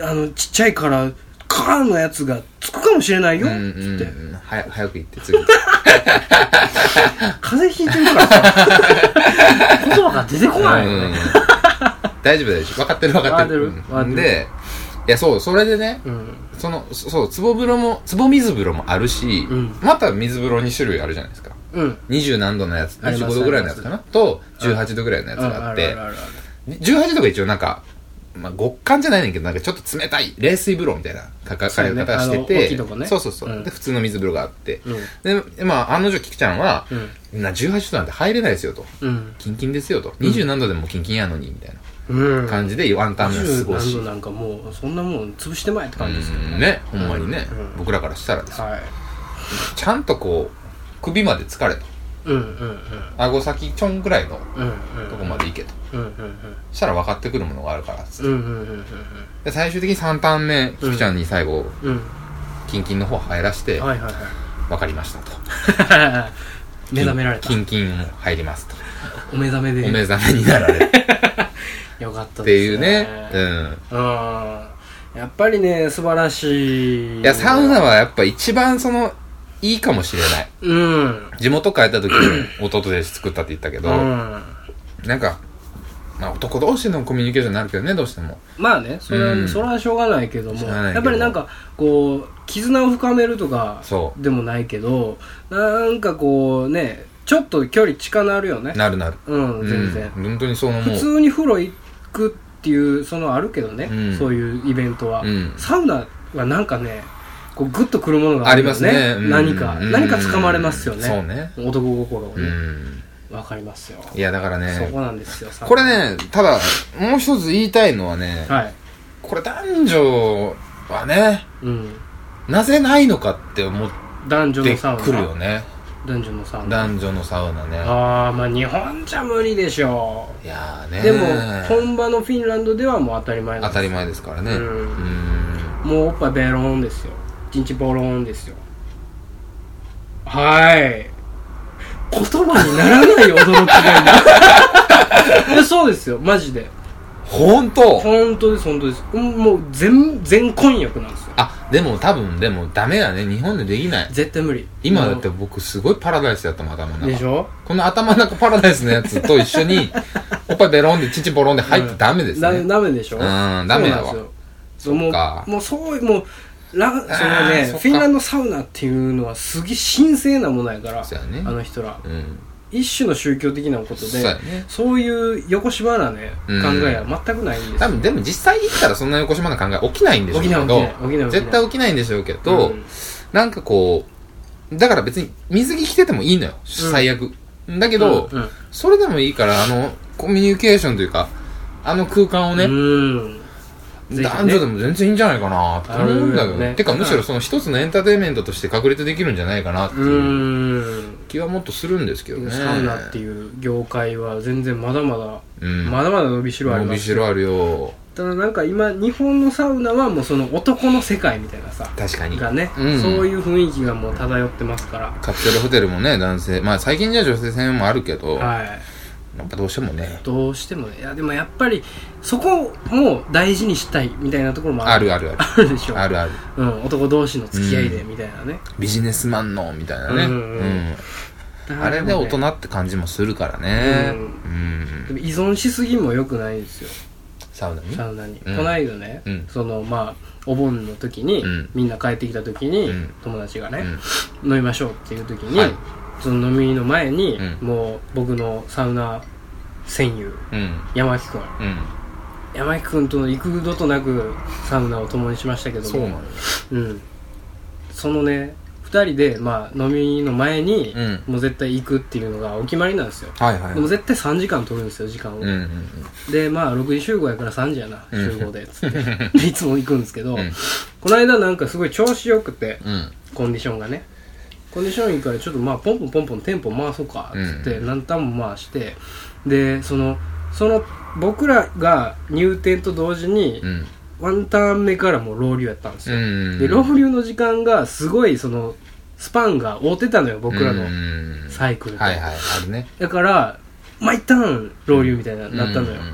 S2: あのちっちゃいからカーのやつがつくかもしれないよ、
S1: うん
S2: つって
S1: うん。はや早く行って、次。
S2: 風邪ひいてるからさ言葉が出てこない、
S1: うん大丈夫大丈夫。分かってる分かってる。
S2: 分か
S1: う
S2: ってる
S1: んで、いや、そう、それでね、
S2: うん
S1: その、そそう、壺風呂も、壺水風呂もあるし、
S2: うん
S1: また水風呂2種類あるじゃないですか。
S2: うん
S1: 20何度のやつ、
S2: ありま
S1: 25
S2: す
S1: 度ぐらいのやつかなと、18度ぐらいのやつ
S2: うん
S1: があっ
S2: る
S1: て、
S2: るあるある
S1: 18度が一応なんか、まあ、極寒じゃないねんけど、なんかちょっと冷たい、冷水風呂みたいな書か書かれ方して
S2: そうやねあの大き
S1: て、
S2: いとこね
S1: そうそうそう、
S2: うん
S1: で、普通の水風呂があって、
S2: うん
S1: で、まあ、案の定、菊ちゃんは、な、18度なんて入れないですよと。
S2: うん
S1: キンキンですよと。20何度でもキンキンやのに、みたいな。
S2: うんうん
S1: 感じでワンタンの過ごし
S2: 何度なんかもうそんなもん潰してまえって感じですけど
S1: うんねほんまにね、
S2: うん
S1: 僕らからしたらですよ
S2: はい
S1: ちゃんとこう首まで疲れと
S2: うんうんうん
S1: 顎先ちょんぐらいの
S2: うんうん
S1: とこまで行けと
S2: うんうんうん
S1: したら分かってくるものがあるからっつって
S2: うんうんうんうん
S1: で最終的に3ターン目菊ちゃんに最後
S2: うんうん
S1: キンキンの方入らして
S2: はいはい
S1: 分かりましたと
S2: はい 目覚められた
S1: キンキンキン入りますと
S2: お目覚め
S1: お目
S2: で
S1: 覚めになられるっ
S2: よかっ
S1: て
S2: たで
S1: いう
S2: す
S1: ねう
S2: うんやっぱりね素晴らしい
S1: んいやサウナはやっぱ一番そのいいかもしれない
S2: うん
S1: 地元帰った時に弟弟子作ったって言ったけ
S2: う
S1: ど、
S2: ん
S1: なんか、まあ、男同士のコミュニケーションになるけどねどうしても
S2: まあねそれは、
S1: うん
S2: それはしょうがないけど
S1: しょ
S2: も
S1: うがないけど
S2: やっぱりなんかこう絆を深めるとか
S1: そ
S2: でもないけどなんかこうねちょっと距離近なるよね
S1: うなるなる
S2: うん全然、
S1: うん、本当にそう思う
S2: 普通に風呂行くっていうそのあるけどね、
S1: うん
S2: そういうイベントは、
S1: うん
S2: サウナはなんかねこうグッとくるものが
S1: あ
S2: あ
S1: り
S2: るよ
S1: ますね。うん
S2: 何か、
S1: うん
S2: 何か掴まれますよね。
S1: そうね。
S2: 男心を
S1: う
S2: ね。
S1: ん。
S2: わ、かりますよ。
S1: いや、だから
S2: そ
S1: ね、
S2: こなんですよ。
S1: これ。ね、ただ、もう一つ言いたいのはね、
S2: はい。
S1: これ男女はね、
S2: うん。
S1: なぜないのかって思っ
S2: 男女
S1: て
S2: のサウナ。
S1: くるよね。
S2: 男女のサウナ。
S1: 男女のサウナね。
S2: ああ、まあ日本じゃ無理でしょ
S1: いやー
S2: う。
S1: ね。
S2: でも、本場のフィンランドではもう当たり前な
S1: 当
S2: ん
S1: た
S2: で
S1: り前ですからね。う
S2: う
S1: んん。
S2: す。もうおっぱいベローンですよ。一日ボローンですよ。はーい。言葉にならない驚きが いないいや。そうですよ、マジで。
S1: ほんと
S2: 本当です本当ですうんもう全全婚約なんですよ
S1: あ、でも多分、でもダメだね。日本でできない。
S2: 絶対無理
S1: 今だって僕すごいパラダイスだったもん、頭の中。
S2: でしょ
S1: この頭の中パラダイスのやつと一緒 に、おっぱいベロンで、チンチンボロンで入ってダメですね。
S2: だダメでしょ
S1: うんダメだわ
S2: そうなんですよも
S1: っか
S2: うもうそうもうラその
S1: あー
S2: ね
S1: そっか
S2: フィンランドサウナっていうのはすげえ神聖なものやから
S1: そうやね
S2: あの人ら
S1: うん。
S2: 一種の宗教的なこと
S1: そうや
S2: で
S1: ね。
S2: そういう横芝なね考
S1: うん
S2: えは全くないんです
S1: 多分、でも実際行ったらそんな横島な考え起きないんでしょうけ
S2: 起きない起きない起きない起きな
S1: ど、
S2: い
S1: 絶対起きないんでしょうけど、
S2: うん
S1: なんかこう、だから別に水着着ててもいいのよ。最悪。だけど、
S2: うん
S1: それでもいいから、あの、コミュニケーションというか、あの空間をね、
S2: うんぜひね
S1: 男女でも全然いいんじゃないかなって思うんだけ
S2: あ
S1: ど
S2: るよね
S1: てかむしろその一つのエンターテインメントとして確立できるんじゃないかなっていう
S2: うん
S1: 気はもっとするんですけどね
S2: サウナっていう業界は全然まだまだ、
S1: うん
S2: まだまだ伸びしろあり
S1: 伸
S2: ま
S1: び
S2: す
S1: し
S2: よ
S1: ろあるよ
S2: ただなんか今日本のサウナはもうその男の世界みたいなさ
S1: 確かに
S2: がね、
S1: うん
S2: そういう雰囲気がもう漂ってますから
S1: カプセルホテルもね男性まあ最近じゃ女性専用もあるけど、
S2: はい
S1: やっぱどうしてもね
S2: どうしてもねいやでもやっぱりそこも大事にしたいみたいなところも
S1: あ
S2: ある
S1: るあるある
S2: あるでしょ
S1: あるある
S2: うん、男同士の付き合いで
S1: う
S2: みたいなね、
S1: ビジネスマンのみたいなね、
S2: う
S1: うんん
S2: うんうん
S1: あれで大人
S2: ね
S1: って感じもするからね
S2: う
S1: うんん、
S2: でも依存しすぎも良くないですよ
S1: サウナに
S2: サウナに、
S1: うん
S2: この間ね、
S1: うん
S2: そのまあお盆の時に、
S1: うん
S2: みんな帰ってきた時に、
S1: うん
S2: 友達がね、
S1: うん
S2: 飲みましょうっていう時に、
S1: はい
S2: その飲みの前に、
S1: うん
S2: もう僕のサウナ戦友
S1: うん
S2: 山木くん
S1: うん
S2: 山木くんと幾度となくサウナを共にしましたけども
S1: そうなのよ
S2: うん、そのね2人で、まあ、飲みの前に、
S1: うん
S2: もう絶対行くっていうのがお決まりなんですよ
S1: はいはい
S2: でも絶対3時間取るんですよ時間
S1: う
S2: を、
S1: んうん
S2: でまあ6時集合やから3時やな
S1: うん
S2: 集合でつって、でいつも行くんですけど、
S1: うん
S2: この間なんかすごい調子よくて
S1: うん
S2: コンディションがねコンディションいいからちょっとまあポンポンポンポンテンポ回そうかっつって
S1: う
S2: 何ターンも回してでそのその僕らが入店と同時に
S1: うん
S2: ワンターン目からもう浪流やったんですよ、
S1: うん
S2: で浪流の時間がすごいそのスパンが合うてたのよ僕ら
S1: う
S2: の
S1: ん
S2: サイクルと、
S1: はいはいあるね
S2: だから毎ターン浪流みたいななったのよ、
S1: うん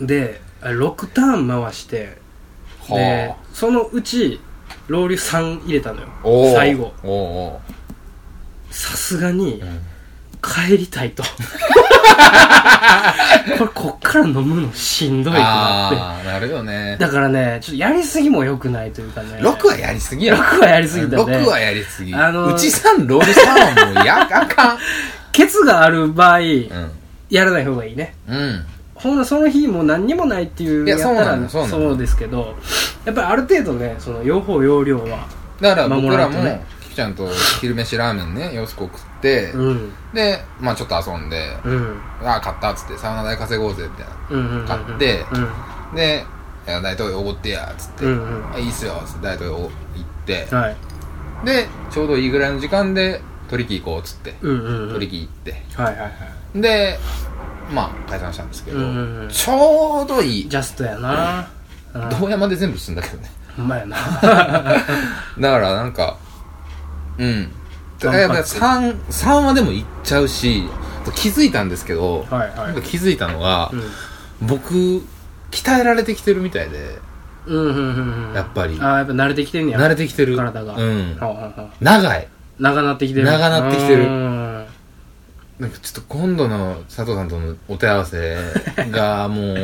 S1: うん
S2: であ6ターン回して
S1: うん
S2: で
S1: はあ
S2: そのうちローリュ3入れたのよ
S1: おー
S2: 最後
S1: おーお
S2: さすがに
S1: ーうん
S2: 帰りた いとこれこっから飲むのしんどいってなっ
S1: ああなるよね
S2: てだからねちょっとやりすぎも良くないというかね
S1: 6はやりすぎやろ
S2: 6はやりすぎたね
S1: 6はやりすぎ
S2: あのー
S1: うちさんロールさんはもうやあかん
S2: ケツがある場合
S1: うん
S2: やらない方がいいね
S1: うん
S2: ほんなその日もう何にもないっていう
S1: いや
S2: った
S1: そうな
S2: ら
S1: のそうなの
S2: そうですけどやっぱりある程度ねその用法用量は
S1: だから僕ら
S2: 守らんとね
S1: もききちゃんと昼飯ラーメンねよしこ食って
S2: うん
S1: でまあちょっと遊んで
S2: うん
S1: ああ買ったっつってサウナ代稼ごうぜって
S2: うんうんうんうん
S1: 買って
S2: うん
S1: でいや大統領おごってやっつって
S2: うんうん
S1: あいいっすよっつって大統領行って
S2: はい。
S1: でちょうどいいぐらいの時間で取り引き行こうっつって
S2: うんうん、うん。
S1: 取り引き行って
S2: はいはいはい。
S1: でまあ解散したんですけど、
S2: うんうんうん
S1: ちょうどいい
S2: ジャストやな。うん。
S1: 堂山で全部済んだけどね
S2: ほんまやな。
S1: だからなんかうん
S2: 単発
S1: やっぱ三三はでも行っちゃうし気づいたんですけど、
S2: はいはい
S1: なんか気づいたのが
S2: う、ん。
S1: 僕鍛えられてきてるみたいで
S2: うんうんうんうん。
S1: やっぱり
S2: ああ、やっぱ慣れてきてんねや。
S1: 慣れてきてる
S2: 体が。
S1: うん
S2: はあはあはあ
S1: 長い
S2: 長なってきてる。
S1: 長なってきてる
S2: うん。
S1: なんかちょっと今度の佐藤さんとのお手合わせ がもう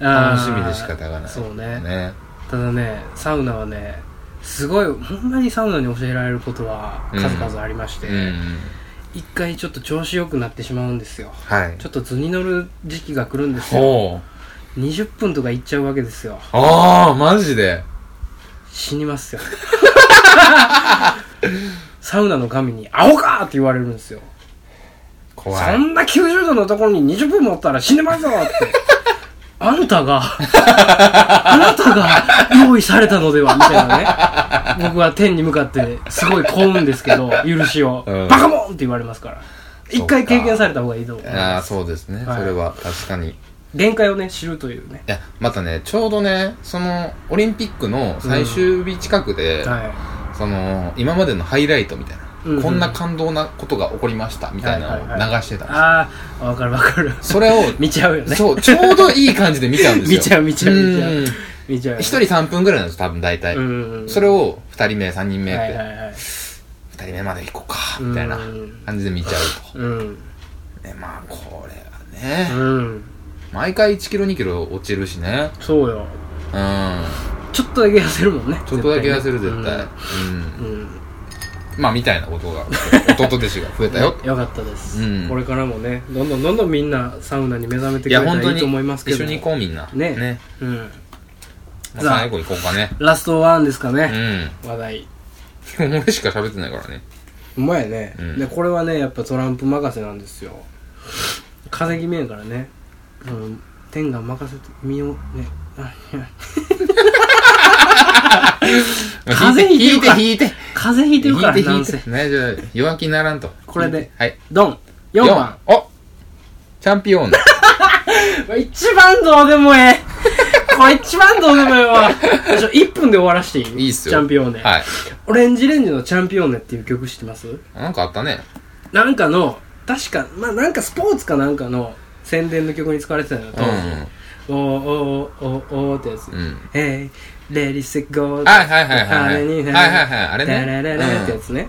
S2: あ
S1: 楽
S2: ー
S1: しみで仕方がない
S2: そうね
S1: ね
S2: ただね、サウナはね、すごい、ほんまにサウナに教えられることは数々ありまし
S1: う
S2: て、
S1: ん
S2: 一回ちょっと調子良くなってしまうんですよ。
S1: はい
S2: ちょっと図に乗る時期が来るんですよ。
S1: ほう
S2: 20分とか行っちゃうわけですよ。
S1: ああマジで
S2: 死にますよ。サウナの神に「アホか!」って言われるんですよ
S1: 怖
S2: そ
S1: い。
S2: んな90度のところに20分持ったら死ねます ぞってあなたがあなたが用意されたのではみたいなね僕は天に向かってすごい幸運ですけど許しを、
S1: うん
S2: バカモンって言われますから
S1: そ
S2: 一
S1: っか
S2: 回経験された方がいいと思い
S1: あ
S2: ま
S1: あ、
S2: す
S1: そうですね。
S2: はい
S1: それは確かに。
S2: 限界をね知るというね
S1: いや、またね、ちょうどね、その、オリンピックの最終日近くで、
S2: は
S1: その、今までのハイライトみたいな、
S2: うんうん
S1: こんな感動なことが起こりました、みたいなのを流して
S2: い
S1: たんですよ
S2: ああわかるわかる
S1: それを、
S2: 見ちゃうよ ね
S1: そう、ちょうどいい感じで見ちゃうんですよ。
S2: 見ちゃう見ちゃう見ちゃうん見ちゃう
S1: 一人3分ぐらいなんですよ、多分大体。
S2: うん
S1: それを2人目、3人目っ
S2: は
S1: て、
S2: いはいはい
S1: 2人目まで行こうか、みたいな
S2: うん
S1: 感じで見ちゃう
S2: うん
S1: と。ね、まあ、これはね、
S2: うん
S1: 毎回1キロ、2キロ落ちるしね。
S2: そうよ
S1: うん。
S2: ちょっとだけ痩せるもんね
S1: ちょっとだけ痩せる、
S2: ね
S1: 絶対。うん
S2: うんうん
S1: まあ、みたいなことが、弟弟子が増えたよ。
S2: よかったです、
S1: うん
S2: これからもねどんどんどんどんみんなサウナに目覚めてく
S1: い
S2: れ
S1: や、
S2: た
S1: 本
S2: ら
S1: 当
S2: いい
S1: に、
S2: と思いますけ
S1: 一
S2: ど
S1: 緒に行こう、みんな。
S2: ね
S1: ね。
S2: うん、
S1: まあ
S2: さあ
S1: 最後行こうかね。
S2: ラストワンですか
S1: う
S2: ね、
S1: ん。
S2: 話題
S1: 俺しか喋ってないからね。
S2: うまいね、
S1: うん
S2: でこれはねやっぱトランプ任せなんですよ風邪気味やからね、うん、天が任せてみようねあいや 風邪ひいてるから
S1: 引いて、引いて。
S2: 風邪ひいてるから
S1: 引いて
S2: な
S1: 引い
S2: ん
S1: て
S2: せ
S1: 大丈夫弱気ならんと
S2: これで
S1: はい
S2: ドン4番
S1: 四おチャンピオンだ
S2: 一番どうでもええこれ一番どうでもええわちょ1分で終わらしていい
S1: いいっすよ
S2: チャンピオーネ、
S1: はい
S2: オレンジレンジのチャンピオーネっていう曲知ってます
S1: なんかあったね
S2: なんかの、確か、まあなんかスポーツかなんかの宣伝の曲に使われてたのよ、当
S1: う
S2: 時。
S1: ん
S2: おーおーおーおーってやつ。
S1: うん
S2: えい、レディーセッゴー
S1: はいはいはいはい
S2: れにね
S1: はいはいはいあれね
S2: ダラララってやつね。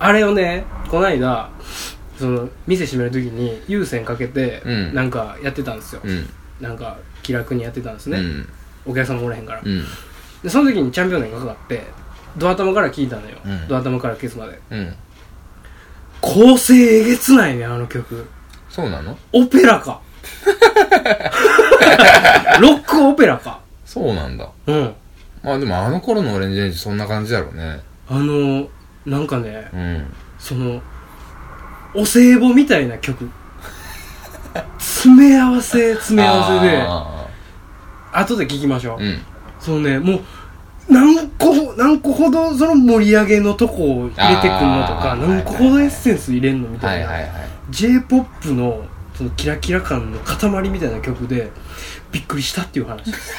S2: あれをね、こないだ、その、店閉める時に優先かけて
S1: う、ん
S2: なんかやってたんですよ。
S1: うん
S2: なんか、気楽にやってたんです
S1: う
S2: ね。
S1: ん
S2: お客さんもおれへんから。
S1: うん
S2: で、その時にチャンピオンにかかって、ドア玉から聞いたのよ。
S1: うん
S2: ドア玉からケツまで。
S1: うん
S2: 構成えげつないね、あの曲。
S1: そうなの
S2: オペラか。 ロックオペラか。
S1: そうなんだ
S2: うん。
S1: まあでもあの頃のオレンジレンジそんな感じだろうね
S2: あの、なんかね、
S1: うん
S2: その、お歳暮みたいな曲。詰め合わせ、詰め合わせで、
S1: あ
S2: 後で聞きましょ
S1: ー
S2: う。
S1: うん
S2: そのね、もう、何個、何個ほどその盛り上げのとこを入れてくんのとか、
S1: あー
S2: 何個ほどエッセンス入れんのみ
S1: は
S2: たい
S1: い
S2: な。
S1: はいはい
S2: J-POP のそのキラキラ感の塊みたいな曲で、びっくりしたっていう話です。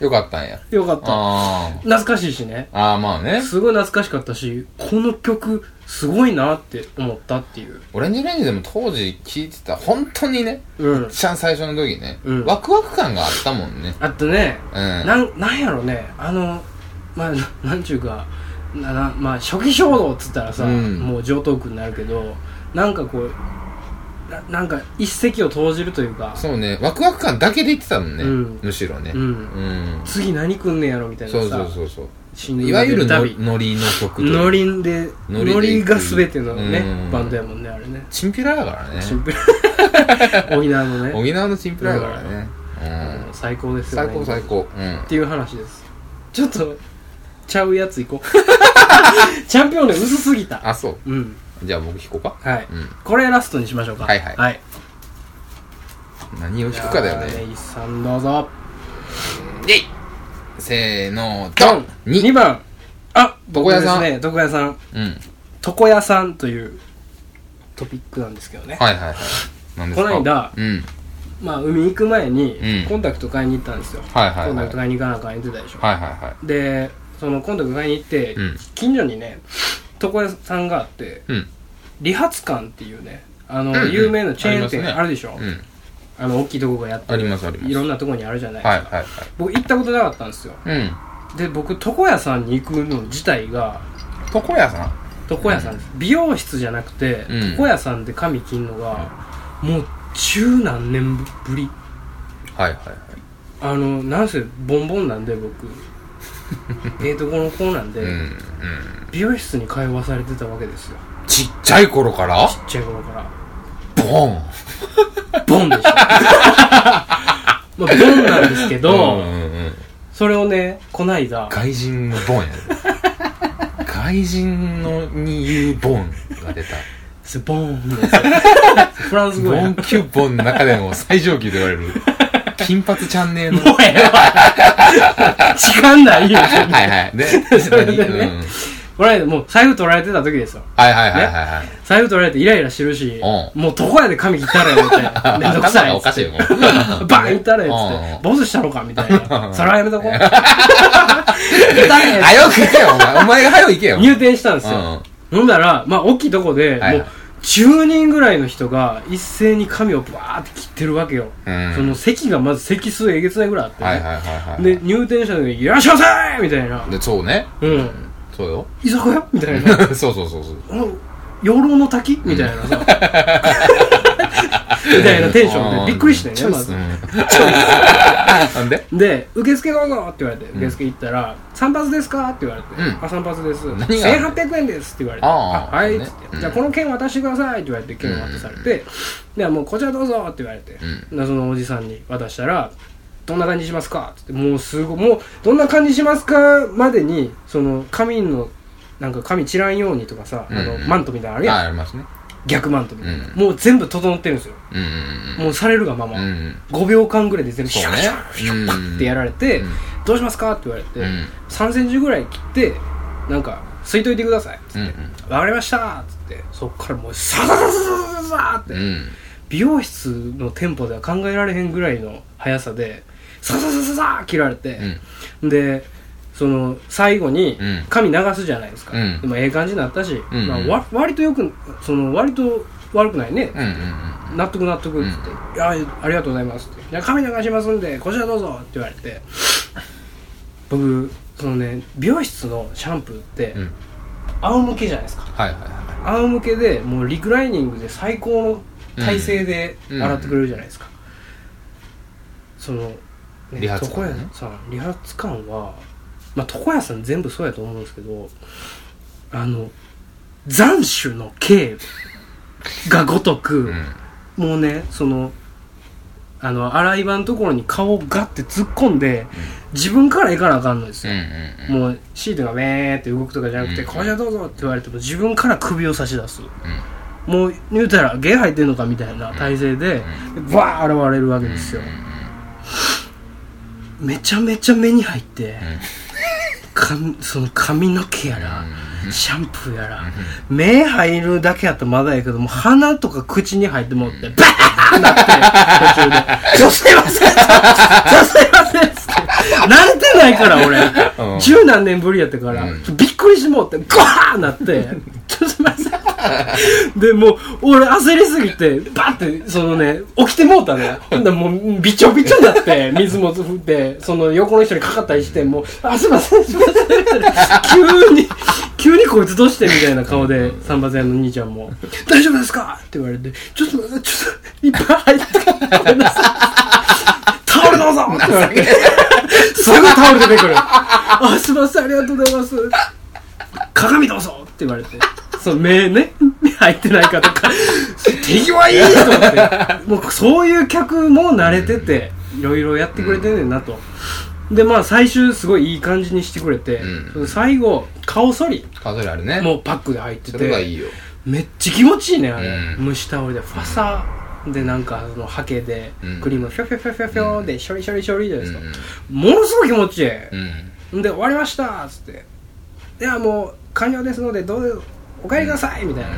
S1: よかったんや
S2: よかった。
S1: あー
S2: 懐かしいしね
S1: あーまあね
S2: すごい懐かしかったしこの曲すごいなって思ったっていう
S1: オレンジレンジでも当時聴いてた本当にね
S2: うん
S1: 一番最初の時ね
S2: うん
S1: ワクワク感があったもんね
S2: あとね
S1: うん
S2: なんなんやろねあのまあ ななんちゅうかななまあ初期衝動っつったらさ、
S1: うん
S2: もう上等句になるけどなんかこうななんか一石を投じるというか
S1: そうね、ワクワク感だけで言ってたもんね、
S2: うん
S1: むしろね。
S2: う
S1: うん。
S2: ん次何くんねやろみたいな
S1: そ
S2: さ
S1: うそうそうそう。
S2: 死ぬ
S1: いわゆるの
S2: 旅
S1: ノリの曲という
S2: ノリンで
S1: ノリ
S2: ノ
S1: で
S2: リが全てのね、
S1: うん
S2: バンドやもんねあれね
S1: チンピラだからね。
S2: シンプル 沖縄のね
S1: 沖縄のチンピラだからね。うん。
S2: 最高ですよ
S1: 最
S2: ね
S1: 高最高。うん
S2: っ。ていう話ですちょっとちゃうやついこ うチャンピオンで薄すぎた
S1: あ、そう。
S2: うん
S1: じゃあ僕弾こうか。
S2: はい、
S1: うん
S2: これラストにしましょうか
S1: はいはい
S2: はい、
S1: 何を弾くかだよ
S2: じゃあ
S1: ね。
S2: ネイさんどうぞ
S1: イェイせーの、ドン
S2: 2
S1: !2!
S2: 番あ
S1: 床屋さん
S2: 僕ですね床屋さん
S1: うん。
S2: 床屋さんというトピックなんですけどね
S1: はいはいはい。何ですか
S2: こないだ
S1: うん。
S2: まあ海行く前に
S1: うん
S2: コンタクト買いに行ったんですよ、
S1: はいはい
S2: コン
S1: は
S2: タ
S1: い。
S2: クト
S1: はい
S2: 買いに行かなあかん言ってたでしょ、
S1: はいは
S2: でそのコンタクト買いに行って、
S1: い。うん。
S2: 近所にね床屋さんがあって
S1: うん。
S2: 理髪館っていうねあの、
S1: うんうん
S2: 有名なチェーン店
S1: ありますね
S2: あるでしょ、
S1: うん。
S2: あの大きいとこがやって
S1: ありますあります
S2: いろんなとこにあるじゃないですか、
S1: はいはいはい。
S2: 僕行ったことなかったんですよ
S1: うん。
S2: で僕床屋さんに行くの自体が
S1: 床屋さん
S2: 床屋さんです、美容室じゃなくて、
S1: うん
S2: 床屋さんで髪切るのがもう十何年ぶり
S1: はいはいはい。
S2: あのなんせボンボンなんで 僕ええとこの子なんで、
S1: うん。うん。
S2: 美容室に通わされてたわけですよ
S1: ちっちゃい頃から
S2: ちっちゃい頃から
S1: ボン
S2: ボンでしょまあボンなんですけど、
S1: うんうん
S2: そそれをねこないだ
S1: 外人のボンやで外人のに言うボンが出た
S2: スボーンのやつフランス語
S1: ボ
S2: や
S1: ン
S2: ん
S1: キュッボンの中でも最上級と言われ る金髪チャンネルの
S2: もうええわ時間ないよ
S1: はいはいね
S2: それでね
S1: うん
S2: これもう財布取られてた時ですよ
S1: はいはいはいはいはい
S2: 財布取られてイライラしてるし
S1: う
S2: もうどこやで髪切ったらやみたい なめんどくさ
S1: 頭
S2: い
S1: が
S2: っ
S1: お
S2: つ
S1: か
S2: っ
S1: しい
S2: て
S1: よもう
S2: バン行ったらやつ
S1: う
S2: っ
S1: ん
S2: て坊主したのかみたいなそれはやめとこう
S1: 早く行けよお前お前が早く行けよ
S2: 入店したんです
S1: う
S2: よ
S1: ん
S2: ほんだらまあ大きいとこでも
S1: はいはいう
S2: 10人ぐらいの人が一斉に髪をバーって切ってるわけよ
S1: うん
S2: その席がまず席数えげつないぐらいあってね
S1: はいはいはいはい
S2: で入店者で「いらっしゃいませ!」みたいな
S1: でそうね
S2: 「うん
S1: そうよ
S2: 居酒屋?」みたいな
S1: そうそうそうそう
S2: 「あの養老の滝?」みたい なさみたいなテンションでびっくりして
S1: チョイ
S2: ねま
S1: ス
S2: ず
S1: うんなんで
S2: で「受付どうぞ!」って言われて受付行ったら「散髪ですか?」って言われて
S1: うん
S2: 「あ散髪です」
S1: 何
S2: 「
S1: が
S2: 1800円です」って言われて「
S1: あ
S2: あ
S1: あ
S2: はい」っ
S1: ね
S2: つっ
S1: う
S2: て「
S1: ん
S2: じゃあこの券渡してください」って言われて券渡されて「ではもうこちらどうぞ」って言われて謎のおじさんに渡したら「どんな感じにしますか?」ってもうすごいもう「どんな感じにしますか?」までにその紙のなんか紙散らんようにとかさあの
S1: うんうん
S2: マントみたいなのある
S1: あ
S2: やん
S1: ありますね
S2: 逆マントみたいな
S1: うん
S2: もう全部整ってるんですよ
S1: うん
S2: もうされるがまま
S1: うんうんうん
S2: 5秒間ぐらいで全部シ
S1: そ
S2: ュ
S1: う
S2: ッ
S1: ね
S2: シュッシュッってやられて
S1: うん
S2: 「どうしますか?」って言われて
S1: うん
S2: 3センチぐらい切ってなんか「吸いといてください」っつ
S1: う
S2: っ
S1: ん
S2: て「わかりました」っつってそっからもうサザザザザザザーって
S1: うんうん
S2: 美容室の店舗では考えられへんぐらいの速さでサササササー切られて、でその最後に
S1: うん
S2: 髪流すじゃないですか、
S1: うん
S2: でもええ感じになったし、
S1: うんうん
S2: まあ、わ割とよくその割と悪くないね、
S1: うんうん
S2: 納得納得っつって「いやありがとうございます」って「じゃあ髪流しますんでこちらどうぞ」って言われて僕そのね美容室のシャンプーって
S1: うん
S2: 仰向けじゃないですか
S1: はいはいは
S2: 仰向けでもうリクライニングで最高の体勢で洗ってくれるじゃないですか、その、ね、
S1: 理髪館
S2: 床
S1: ね
S2: 屋さん理髪館はまあ床屋さん全部そうやと思うんですけどあの残首の刑がごとく、
S1: い
S2: もうねそのあの洗い場のところに顔をガッて突っ込んで、自分から行かなあかんのです
S1: うん
S2: よ、
S1: うんうん
S2: もうシートがウェーって動くとかじゃなくて
S1: うん
S2: 「これじゃどうぞ」って言われても自分から首を差し出す、もう言うたら「ゲ入ってんのか」みたいな体勢でバーッ現れるわけですよ、めちゃめちゃ目に入って、髪その髪の毛やら、シャンプーやら、目入るだけやったらまだやけどもう鼻とか口に入ってもってバーンなって途中で「女性はせん女性はせん」っつって慣れてないから
S1: うん
S2: 俺十、何年ぶりやったから、びっくりしてもうってゴーンなって「女性はせん」でもう俺焦りすぎてバーってそのね起きてもうたねほんならもうびちょびちょになって水も降ってその横の人にかかったりしてもう「あすいませんすいません」急に急にこいつどうしてみたいな顔で三馬線の兄ちゃんも「大丈夫ですか?」って言われて「ちょっと待ってちょっといっぱい入ってごめんなさい」「タオル どうぞ!」って言われてすぐタオル出てくる「 あすいませんありがとうございます」「鏡どうぞ!」って言われてその目ね目入ってないかとか手際いいと思ってもうそういう客も慣れてていろいろやってくれてんねんなと。でまあ最終すごいいい感じにしてくれて、
S1: うん
S2: その最後顔剃り
S1: 数えるあるね
S2: もうパックで入って
S1: それが
S2: て
S1: いいよ
S2: めっちゃ気持ちいいねあれ、
S1: うん
S2: 蒸しタオルでファサでなんかそのハケで
S1: うん
S2: クリームフィョフィョフィョフィョフィョでショリショリショリじゃないですか、
S1: う
S2: ものすごい気持ちいい、
S1: んうん
S2: で終わりましたっつってではもう完了ですのでどうぞお帰りくださいみたいな、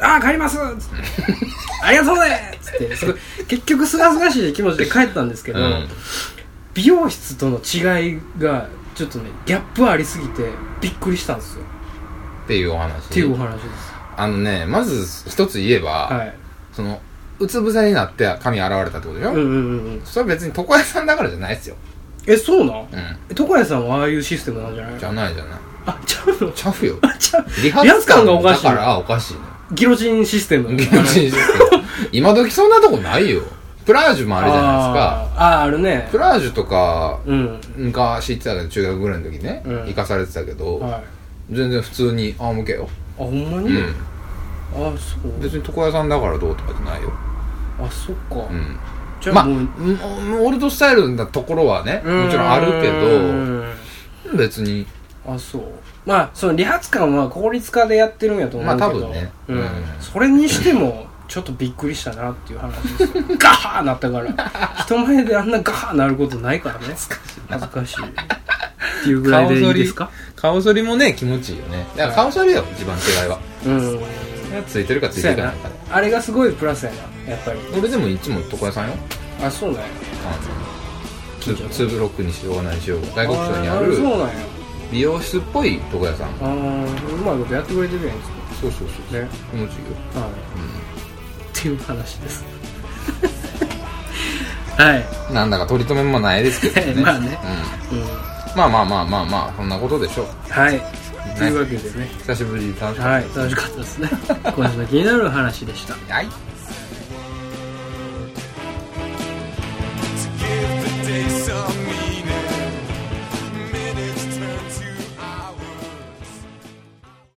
S2: ああ帰りますっつってありがとうねっつってすごい結局すがすがしい気持ちで帰ったんですけど、
S1: うん
S2: 美容室との違いがちょっとねギャップありすぎてびっくりしたんですよ
S1: っていうお話
S2: っていうお話です
S1: あのねまず一つ言えば
S2: はい
S1: そのうつ伏せになって髪洗われたってことでし
S2: うんう
S1: ょ
S2: んうんうん
S1: それは別に床屋さんだからじゃないですよ
S2: えそうなん
S1: うん
S2: え床屋さんはああいうシステムなんじゃない
S1: じゃないじゃない
S2: あちゃうの
S1: ちゃうよ
S2: ちゃう
S1: 理
S2: 髪館がおかしい
S1: だからおかしいね
S2: ギロチンシステム
S1: 現地人今時そんなとこないよプラージュもあるじゃないですか
S2: あーあーあるね
S1: プラージュとか
S2: うん
S1: 昔行ってたけど中学ぐらいの時ね、
S2: うん
S1: 行かされてたけど、
S2: はいあ
S1: 全然普通に仰向けよ、
S2: ほんま
S1: う
S2: に、
S1: ん、
S2: あそう
S1: 別に床屋さんだからどうとかじゃないよ、
S2: あそっか、
S1: うん、
S2: じじゃあ
S1: まあ、
S2: もう
S1: もうオールドスタイルなところはね、
S2: うん
S1: もちろんあるけど、別に、
S2: あそうまあその理髪館は効率化でやってるんやと思うけ
S1: ま
S2: ど
S1: あ多分ね
S2: うん
S1: うん
S2: それにしてもちょっとびっくりしたなっていう話ですよガハーなったから人前であんなガハーなることないからね恥ずかしいっていうぐらいでいいですか
S1: 顔剃りもね、気持ちいいよね。だから顔剃りよ、一番違いは。
S2: うん
S1: ついてるかつい
S2: そ
S1: て
S2: う
S1: るか
S2: や
S1: な
S2: なん
S1: かね。
S2: あれがすごいプラスやなやっぱり
S1: 俺でもいつも床屋さんよ。
S2: あそうなんや
S1: あのツーツーブロックにしようが何しようが、外国省にあ
S2: ーそうなん
S1: る
S2: や
S1: 美容室っぽい床屋さん。
S2: あーうまいことやってくれてるやんいつ
S1: そ
S2: も
S1: うそうそう。
S2: ね
S1: 気持ちいいよ。うん
S2: はいっていう話ですはい、
S1: なんだか取り留めもないですけどね。
S2: まあねうん、
S1: うんまあまあまあまあまあ、そんなことでしょう。
S2: はいというわけでね
S1: 久しぶりに楽しか
S2: は
S1: っ
S2: い楽しかったですね 今週の気になる話でした
S1: た。はい。
S3: to give the day some